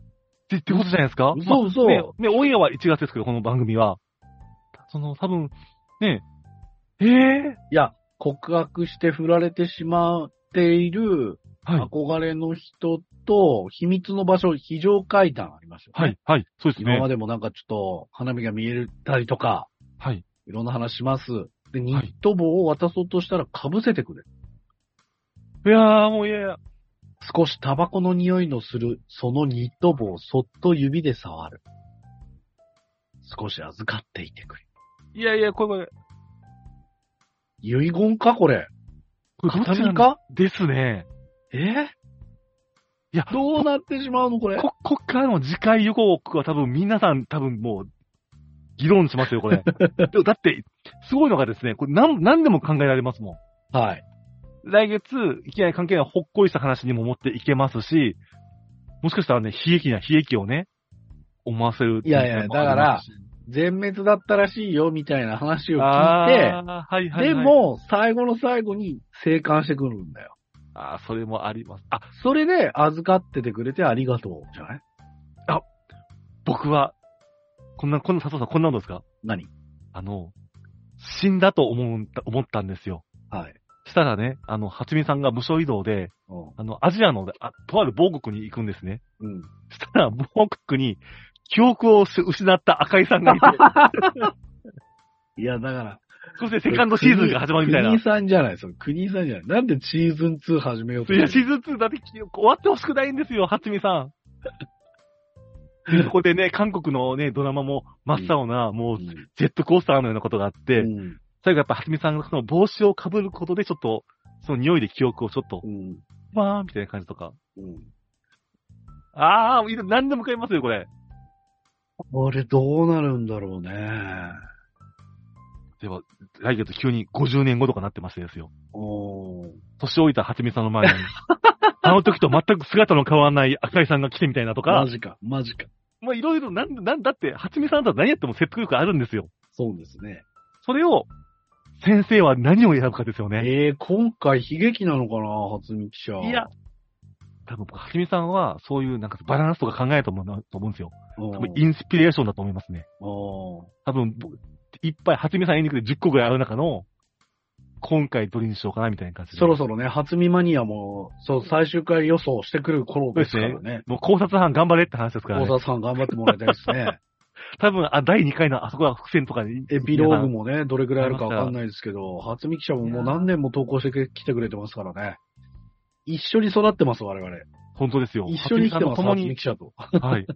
S5: え、ってってことじゃないですか
S3: 嘘
S5: まあ
S3: 嘘
S5: ねね、オンエアは1月ですけど、この番組は。その、多分、ねえ、ええ
S3: いや、告白して振られてしまっている
S5: はい、
S3: 憧れの人と、秘密の場所、非常階段ありますよ、ね。
S5: はい、はい、そうです
S3: 今ま
S5: ね。
S3: でもなんかちょっと花火が見えたりとか、
S5: はい。
S3: いろんな話します。で、ニット帽を渡そうとしたら被せてくれる。
S5: いやー、もういやいや。
S3: 少しタバコの匂いのするそのニット帽をそっと指で触る。少し預かっていてくれ。
S5: いやいや、これ、これ、
S3: 遺言かこれ。
S5: これどっちな
S3: 形
S5: ん
S3: か
S5: ですね。
S3: え
S5: いや、
S3: どうなってしまうのこれ。
S5: こ、こっからの次回予告は多分皆さん多分もう、議論しますよ、こ
S3: <laughs>
S5: れ。でもだって、すごいのがですね、これ何、何でも考えられますもん。
S3: はい。
S5: 来月、いきなり関係ないほっこりした話にも持っていけますし、もしかしたらね、悲劇な悲劇をね、思わせる。
S3: いやいやだから、全滅だったらしいよ、みたいな話を聞い
S5: あーはいはい、は
S3: て、
S5: い。
S3: で、も、最後の最後に生還してくるんだよ。
S5: あーそれもあります。あ、
S3: それで、預かっててくれてありがとう、じゃない
S5: 僕は、こんな、こんな、佐藤さん、こんなのどうですか
S3: 何
S5: あの、死んだと思うんだ思ったんですよ。
S3: はい。
S5: したらね、あの、はちみさんが無償移動で、
S3: うん
S5: あの、アジアの、あとある某国に行くんですね。 <laughs>
S3: うん。
S5: したら、某国に、記憶を失失った赤井さん
S3: <laughs>
S5: がいて、
S3: いや、だから。
S5: そしてセカンドシーズンが始まるみたいな。
S3: 国さんじゃない、それ。国さんじゃない。なんでシーズン2始めようと
S5: いや、シ
S3: して
S5: ーズン2だって記憶終わってほしくないんですよ、はつみ
S3: <laughs>
S5: さん。でそこでね、韓国のね、ドラマも真っ青な、もう、ジェットコースターのようなことがあって、
S3: うんうん
S5: 最後やっぱはつみさんがその帽子をかぶることで、ちょっと、その匂いで記憶をちょっと
S3: う、ん
S5: わーみたいな感じとか。
S3: うん
S5: あー、いい何でも買いますよ、これ。
S3: これどうなるんだろうね。
S5: では、来月急に50年後とかなってましてですよ。
S3: おー
S5: 年老いたはつみさんの前
S3: <laughs>
S5: に、あの時と全く姿の変わらない赤井さんが来てみたいなとか
S3: マ、ジか、マジか。
S5: まあいろいろ、なん、なんだって、はつみさんだったら何やっても説得力あるんですよ。
S3: そうですね。
S5: それを、先生は何を選ぶかですよね。
S3: えー、今回悲劇なのかな、初見記者。
S5: いや、多分、はじみさんは、そういうなんかバランスとか考えたと思うなと思うんですよ。
S3: うん、
S5: 多分、インスピレーションだと思いますね。
S3: おー
S5: 多分、僕いっぱい、はじみさん演劇で10個ぐらいある中の、今回どれにしようかなみたいな感じで。
S3: そろそろね、初見マニアも、そう、最終回予想してくる頃ですから
S5: そう
S3: ね。
S5: もう考察班頑張れって話ですから
S3: 大
S5: ね。
S3: 沢さん頑張ってもらいたいですね。
S5: 多分、あ、第2回のあそこは伏線とかに。
S3: エピローグもね、どれくらいあるかわかんないですけど、初見記者ももう何年も投稿してきてくれてますからね。一緒に育ってます、我々。
S5: 本当ですよ。
S3: 一緒に生きてます、
S5: は
S3: 初
S5: じ
S3: 見
S5: み
S3: 記者と。
S5: さんと共に。はい。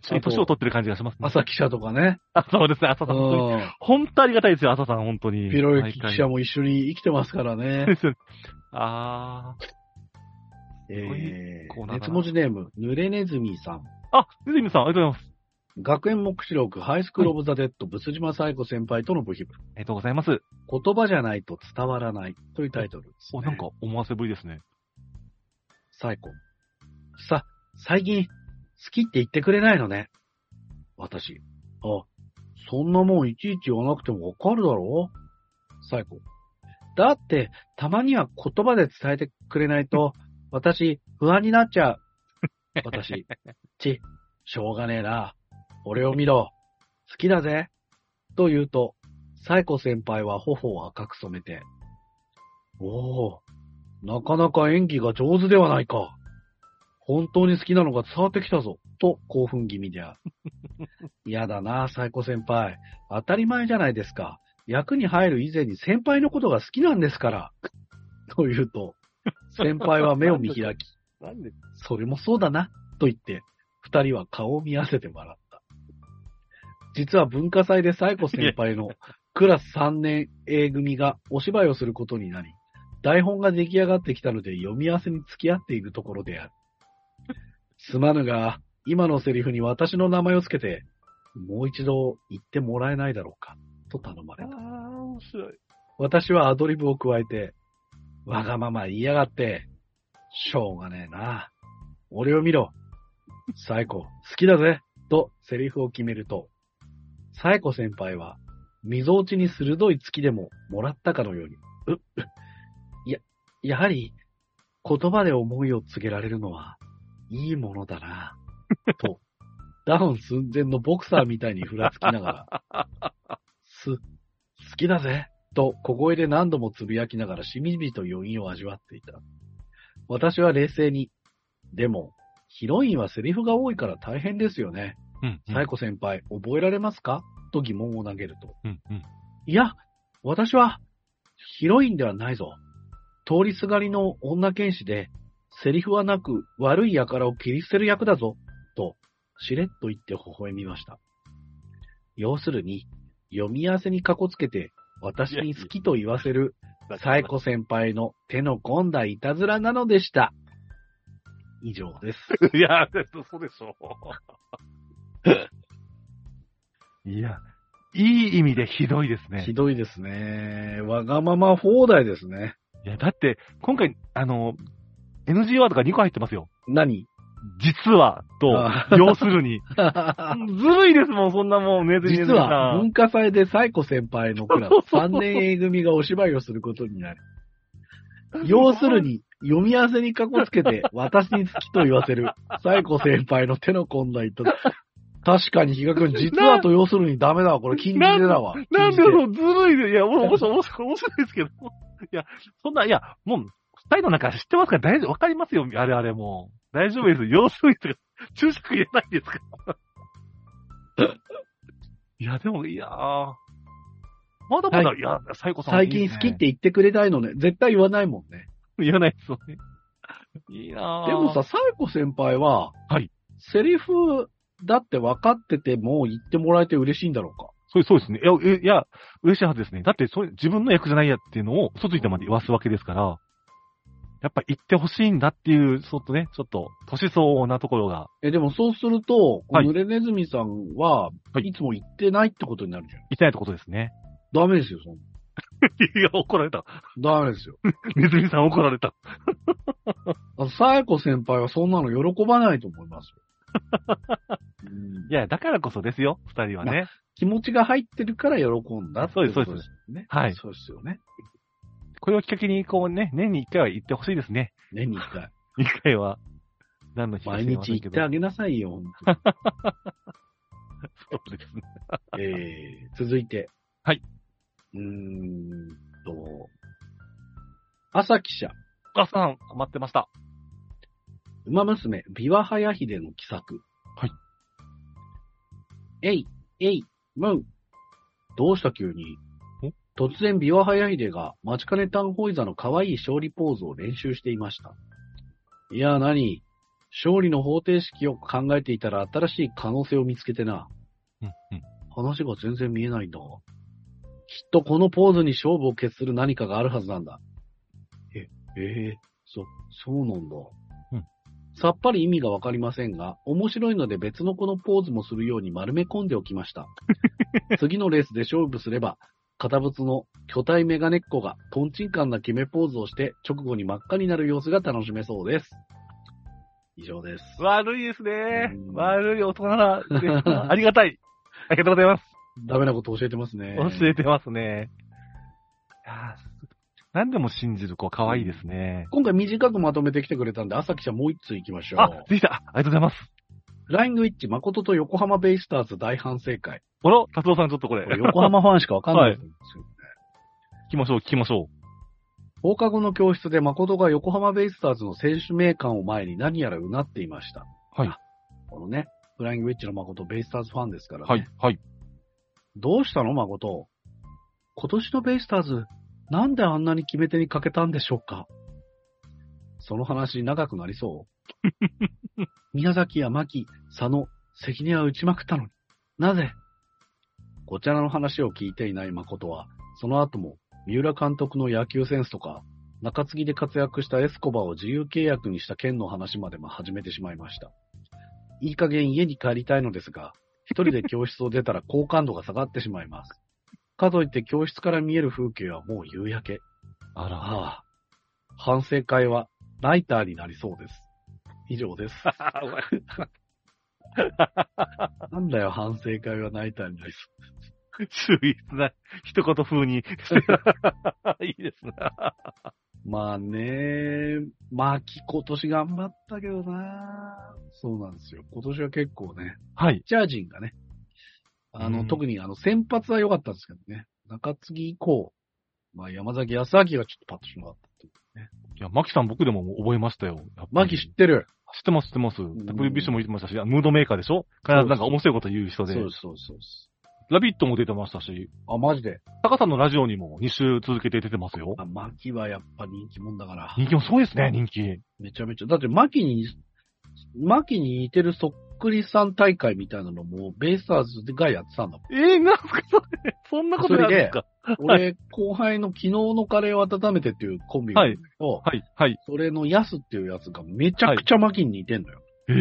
S5: 一緒に年を取ってる感じがしますね。
S3: 朝記者とかね。
S5: <laughs> あ、そうですね、朝
S3: う
S5: さん。本当に
S3: ん。
S5: 本当ありがたいですよ、朝さん、本当に。
S3: ピロユキ
S5: 毎
S3: 記
S5: 回
S3: 者も一緒に生きてますから
S5: <laughs>
S3: ね。
S5: ですよね。あごい
S3: え
S5: コーナーだな
S3: ー、熱文字ネーム、濡れネズミさん。
S5: ー。あ、ネズミさん、ありがとうございます。
S3: 学園目視録、ハイスクールオブザ・デッド、ブス島サイコ先輩との部品部。
S5: ありがとうございます。
S3: 言葉じゃないと伝わらないというタイトルです、
S5: お、
S3: ね。
S5: なんか思わせぶりですね。
S3: サイコ。さ、最近、好きって言ってくれないのね。私。あ、そんなもんいちいち言わなくてもわかるだろサイコ。だって、たまには言葉で伝えてくれないと、私、不安になっちゃう。私、ち、しょうがねえな。俺を見ろ。好きだぜ。と言うと、サイコ先輩は頬を赤く染めて、おお、なかなか演技が上手ではないか。本当に好きなのが伝わってきたぞ。と、興奮気味である。嫌だな、サイコ先輩。当たり前じゃないですか。役に入る以前に先輩のことが好きなんですから。と言うと、先輩は目を見開き、
S5: なんで
S3: それもそうだな、と言って、二人は顔を見合わせて笑った。実は文化祭でサイコ先輩のクラス3年 A 組がお芝居をすることになり、台本が出来上がってきたので読み合わせに付き合っているところである。すまぬが、今のセリフに私の名前をつけて、もう一度言ってもらえないだろうか、と頼まれた。
S5: 面白い。
S3: 私はアドリブを加えて、わがまま言いやがって、しょうがねえな。俺を見ろ。サエコ、好きだぜ。とセリフを決めると、サエコ先輩は、溝落ちに鋭い突きでももらったかのように、うっ、や、やはり、言葉で思いを告げられるのは、いいものだな。と、ダウン寸前のボクサーみたいにふらつきながら、す、好きだぜ。と小声で何度もつぶやきながらしみじみと余韻を味わっていた。私は冷静に、でも、ヒロインはセリフが多いから大変ですよね。
S5: うん。
S3: サイコ先輩、覚えられますかと疑問を投げると。
S5: うん。うん。
S3: いや、私は、ヒロインではないぞ。通りすがりの女剣士で、セリフはなく悪い輩を切り捨てる役だぞ、と、しれっと言って微笑みました。要するに、読み合わせにかこつけて、私に好きと言わせる、サイコ先輩の手の込んだいたずらなのでした。以上です。
S5: いや、そうでしょう。 <laughs> いや、いい意味でひどいですね
S3: ひ。どいですね。わがまま放題ですね。
S5: いや、だって、今回、あの、NG ワードが2個入ってますよ。
S3: 何
S5: 実は、
S3: あ
S5: と、要する
S3: <laughs>
S5: に。ずるいですもん、そんなもん、ねずねず
S3: 実は文化祭でサイコ先輩のクラブ
S5: そうそうそ
S3: 3
S5: う
S3: 年 A 組がお芝居をすること
S5: <laughs>
S3: になり、要するに読み合わせにかこつけて私に好きと言わせるサイコ先輩の手の込んだ糸。確かに比嘉君、実はと要するにダメだわ。これ禁じ手だわ。
S5: なんで
S3: 禁じ手
S5: そう、ずるいで、いや、もう面白い、面白い、面白いですけど。いや、そんな、いや、もう、二人の中知ってますから大丈夫、わかりますよ、あれあれもう。大丈夫です。要するにとか、注釈入れないです
S3: <laughs>
S5: から。いや、でも、いやーまだまだ、
S3: はい
S5: い、や、サイコさん
S3: 最近好きっ。て言ってくれないのね。絶対言わないもんね。
S5: 言わないですよね。いいなー
S3: でもさ、、サイコ先輩は、
S5: はい
S3: セリフだって分かってても言ってもらえて嬉しいんだろうか。
S5: そうそうですね。いや、えいや、嬉しいはずですね。だって、それ、自分の役じゃないやっていうのを、嘘ついてまで言わすわけですから、やっぱ言ってほしいんだっていう、ちょっとね、ちょっと、年相応なところが、
S3: え、でもそうすると、
S5: はい
S3: 濡れネズミさん
S5: は
S3: は、
S5: い
S3: いつも行ってないってことになるじゃん。
S5: 言ってないってことですね。
S3: ダメですよ、そん
S5: <laughs> いや、怒られた。
S3: な。ダメですよ。
S5: ネズミさん怒られた。
S3: あの、サエコ先輩はそんなの喜ばないと思いま
S5: <laughs>
S3: すよ、うん
S5: いや、だからこそですよ、二人はね。
S3: 気持ちが入ってるから喜んだってことですよね。
S5: はい
S3: そうですよね。
S5: これをきっかけに、こうね、年に一回は言ってほしいですね。
S3: 年に一
S5: <laughs>
S3: 回。
S5: 一回は。何の日か
S3: 毎
S5: 知りま
S3: 日
S5: せん
S3: 行
S5: け
S3: っ
S5: ど
S3: てあげなさいよ、本
S5: <laughs> そうですね。
S3: 当にえー、続いて。
S5: はい。
S3: うーんと、朝記者、
S5: お母さん、待ってました。
S3: 馬娘、琵琶早秀の奇作。
S5: はい。
S3: えい、えい、ムー。どうした急に
S5: ん
S3: 突然、琵琶早秀が、待ちかねタンホイザの可愛い勝利ポーズを練習していました。いや、何勝利の方程式を考えていたら新しい可能性を見つけてな。
S5: うん、うん。
S3: 話が全然見えないんだ。きっとこのポーズに勝負を決する何かがあるはずなんだ。え、ええそ、そうなんだ。
S5: うん
S3: さっぱり意味がわかりませんが、面白いので別の子のポーズもするように丸め込んでおき
S5: <laughs>
S3: ました。次のレースで勝負すれば、堅物の巨体メガネっ子がトンチンカンな決めポーズをして直後に真っ赤になる様子が楽しめそうです。以上です。
S5: 悪いですね
S3: うん。
S5: 悪い大人な、ありがたい。ありがとうございます。
S3: ダメなこと教えてますね。
S5: 教えてますね。いやー何でも信じる子、可愛いですね。
S3: 今回短くまとめてきてくれたんで、朝記者もう一通行きましょう。
S5: あ、できた。あありがとうございます。
S3: フライングイッチ、誠と横浜ベイスターズ大反省
S5: <laughs>
S3: 会。
S5: あら、達夫さん、ちょっとこれ
S3: こ。れ横浜ファンしかわかんないと思うんですよ。
S5: 聞きましょう、聞きましょう。
S3: 放課後の教室で誠が横浜ベイスターズの選手名鑑を前に何やらうなっていました。
S5: はい
S3: あ。このね、フライングウィッチの誠、ベイスターズファンですから、ね。
S5: はい、 <laughs> はい。
S3: どうしたの誠今年のベイスターズ、なんであんなに決め手に欠けたんでしょうかその話長くなりそう。宮崎や牧、佐野、関根は打ちまくったのに。なぜこちらの話を聞いていない誠は、その後も、三浦監督の野球センスとか、中継ぎで活躍したエスコバを自由契約にした件の話までも始めてしまいました。いい加減家に帰りたいのですが、一人で教室を出たら好感度が下がってしまいます。かといって教室から見える風景はもう夕焼け。
S5: あら。
S3: ああ。反省会はナイターになりそうです。以上です。なんだよ、反省会はナイターになりそう。
S5: 注意な、一言風に。 <laughs> いいですね。
S3: まあね、まあ、き今年頑張ったけどな。そうなんですよ。今年は結構ね、
S5: はい。
S3: ピッチャー陣がね、あの、
S5: うん
S3: 特にあの、先発は良かったんですけどね、中継ぎ以降、まあ、山崎康明がちょっとパッとしなかったっていう。
S5: いや、マキさん僕でも覚えましたよ。
S3: マキ知
S5: 知
S3: ってる、
S5: ってます、知ってます。
S3: ん
S5: WBC も言ってましたし、ムードメーカーでしょ必ずなんか面白いこと言う人で。
S3: そうですそうですそうです。
S5: ラビットも出てましたし、
S3: あ、マジで。
S5: タカさんのラジオにも2週続けて出てますよ。
S3: あ、マキはやっぱ人気もんだから、
S5: 人気もそうですね、人気。
S3: めちゃめちゃ。だって、マキに、マキに似てるそっくりさん大会みたいなのも、ベイスターズがやってたんだもん。
S5: えー、なんすかそれ。そんなことやるんですか
S3: 俺、後輩の昨日のカレーを温めてっていうコンビがいるんだけど、
S5: はい、はい。
S3: それのヤスっていうやつがめちゃくちゃマキに似てんのよ。
S5: え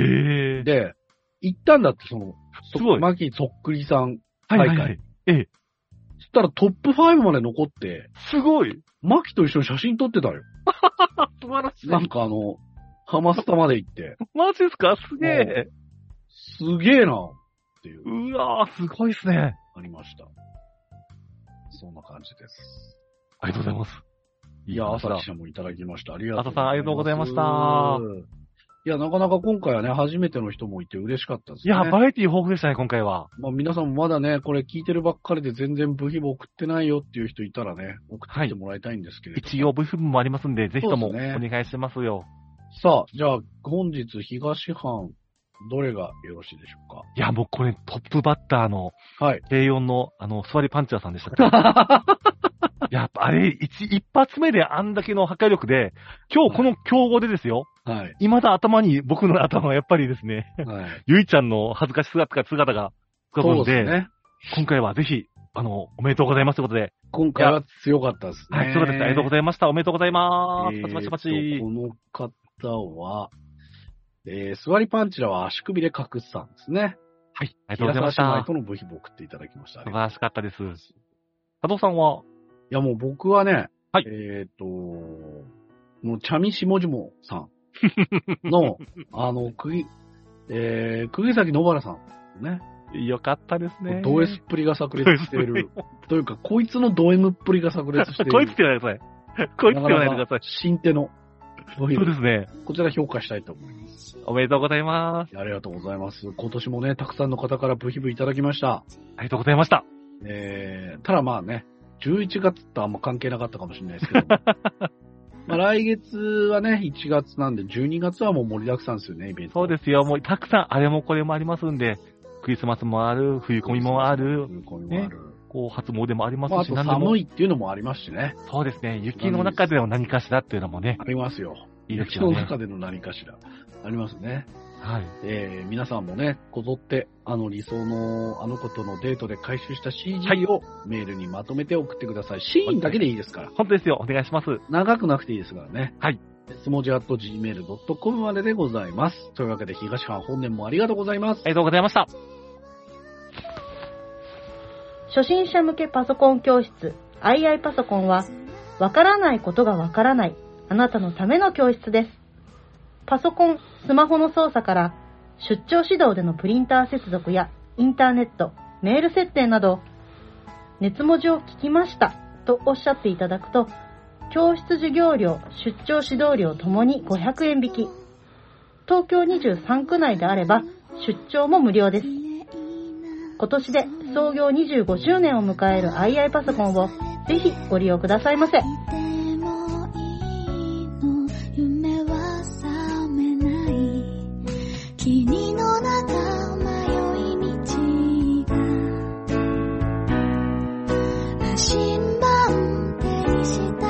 S5: ー。
S3: で、行ったんだって、その、そ
S5: すごい
S3: マキそっくりさん。
S5: はいはい、
S3: 大
S5: は
S3: 会
S5: い。
S3: そしたらトップ5まで残って、
S5: すごい。
S3: マキと一緒に写真撮ってたのよ。
S5: 素晴らしい。
S3: なんかあの、ハマスタまで行って、
S5: マジですかすげえ。
S3: すげえな、っていう、
S5: うわー、すごいですね。
S3: ありました。そんな感じです。
S5: ありがとうございます。
S3: いや、朝記
S5: だ。
S3: 者もいただきました。ありがとう
S5: 朝さんありがとうご
S3: ました。いや、なかなか今回はね、初めての人もいて嬉しかったです
S5: い
S3: ね。
S5: や、バラエティ豊富でしたね、今回は。
S3: まあ、皆さんもまだね、これ聞いてるばっかりで全然部品も送ってないよっていう人いたらね、送ってきてもらいたいんですけれども、
S5: 一応 V 分もありますんで、ぜひともお
S3: そうですね
S5: 願いしますよ。
S3: さあ、じゃあ、本日東藩、どれがよろしいでしょう
S5: いや、もうこれトップバッターの
S3: かはい。
S5: K4 の、あの、座りパンチャーさん <laughs> でしたっけやっぱあれ、一、一発目であんだけの破壊力で、今日この競合でですよ、
S3: はい。
S5: 未だ頭に、僕の頭はやっぱりですね、
S3: はい。
S5: ゆいちゃんの恥ずかし姿が、姿が浮かぶ
S3: そ
S5: ん
S3: うで
S5: で、
S3: すね。
S5: 今回はぜひ、あの、おめでとうございますということで、
S3: 今回は強かったですね。
S5: はい、そうですね、ありがとうございました。おめでとうございます。
S3: えー
S5: パチパチパチ。
S3: とこの方は、えー、座りパンチラは足首で隠すさんですね。
S5: はい、ありがとうございまし
S3: 平沢姉
S5: た
S3: 妹。との部品も送っていただきました
S5: 素晴
S3: ね。
S5: らしかったです。佐藤さんは、
S3: いや、もう僕はね、
S5: はい
S3: えっ、と、もう、チャミシモジモさん
S5: <laughs>
S3: の、あの、くぎ、えー、釘崎野原さん、ね、
S5: よかったですね。
S3: ド S っぷりが炸裂している。というか、こいつのド M っぷりが炸裂している。
S5: こいつって言わないでくださ <laughs> い。こいつって言わないでくださ
S3: ないかなか。新手の
S5: そ
S3: ド
S5: う
S3: M
S5: ですね。
S3: こちら評価したいと思います。
S5: おめでとうございます。
S3: ありがとうございます。今年もね、たくさんの方からブヒブいただきました。
S5: ありがとうございました。
S3: えー、ただまあね、11月とあんま関係なかったかもしれないですけど
S5: <laughs>
S3: もまあ来月はね、1月なんで、12月はもう盛りだくさんですよね、イベント。
S5: そうですよ。もうたくさんあれもこれもありますんで、クリスマスもある、冬込みもある、
S3: 冬コミもある。
S5: こう初詣もありま
S3: まあ、あ
S5: すし、
S3: と
S5: でも
S3: 寒。いっていうのもありますしね。
S5: そうですね。雪の中での何かしらっていうのもね
S3: あ、りますよ。
S5: いいです
S3: 人
S5: よ
S3: の
S5: ね。
S3: 中での何かしら。ありますね。
S5: はい。
S3: えー、皆さんもね、こぞって、あの理想の、あの子とのデートで回収した CG
S5: はい
S3: をメールにまとめて送ってください。シーンだけでいいですから。
S5: 本当ですよ。お願いします。
S3: 長くなくていいですからね。
S5: はい。
S3: スモジアット gmail.com まででございます。というわけで、東藩本年もありがとうございます。
S5: ありがとうございました。
S6: 初心者向けパソコン教室 II パソコンは、わからないことがわからない、あなたのための教室です。パソコン、スマホの操作から、出張指導でのプリンター接続や、インターネット、メール設定など、熱文字を聞きましたとおっしゃっていただくと、教室授業料、出張指導料ともに500円引き。東京23区内であれば、出張も無料です。今年で創業25周年を迎える II パソコンをぜひご利用くださいませ。
S1: でもいいの夢は覚めない君の中迷い道が足んばんてりした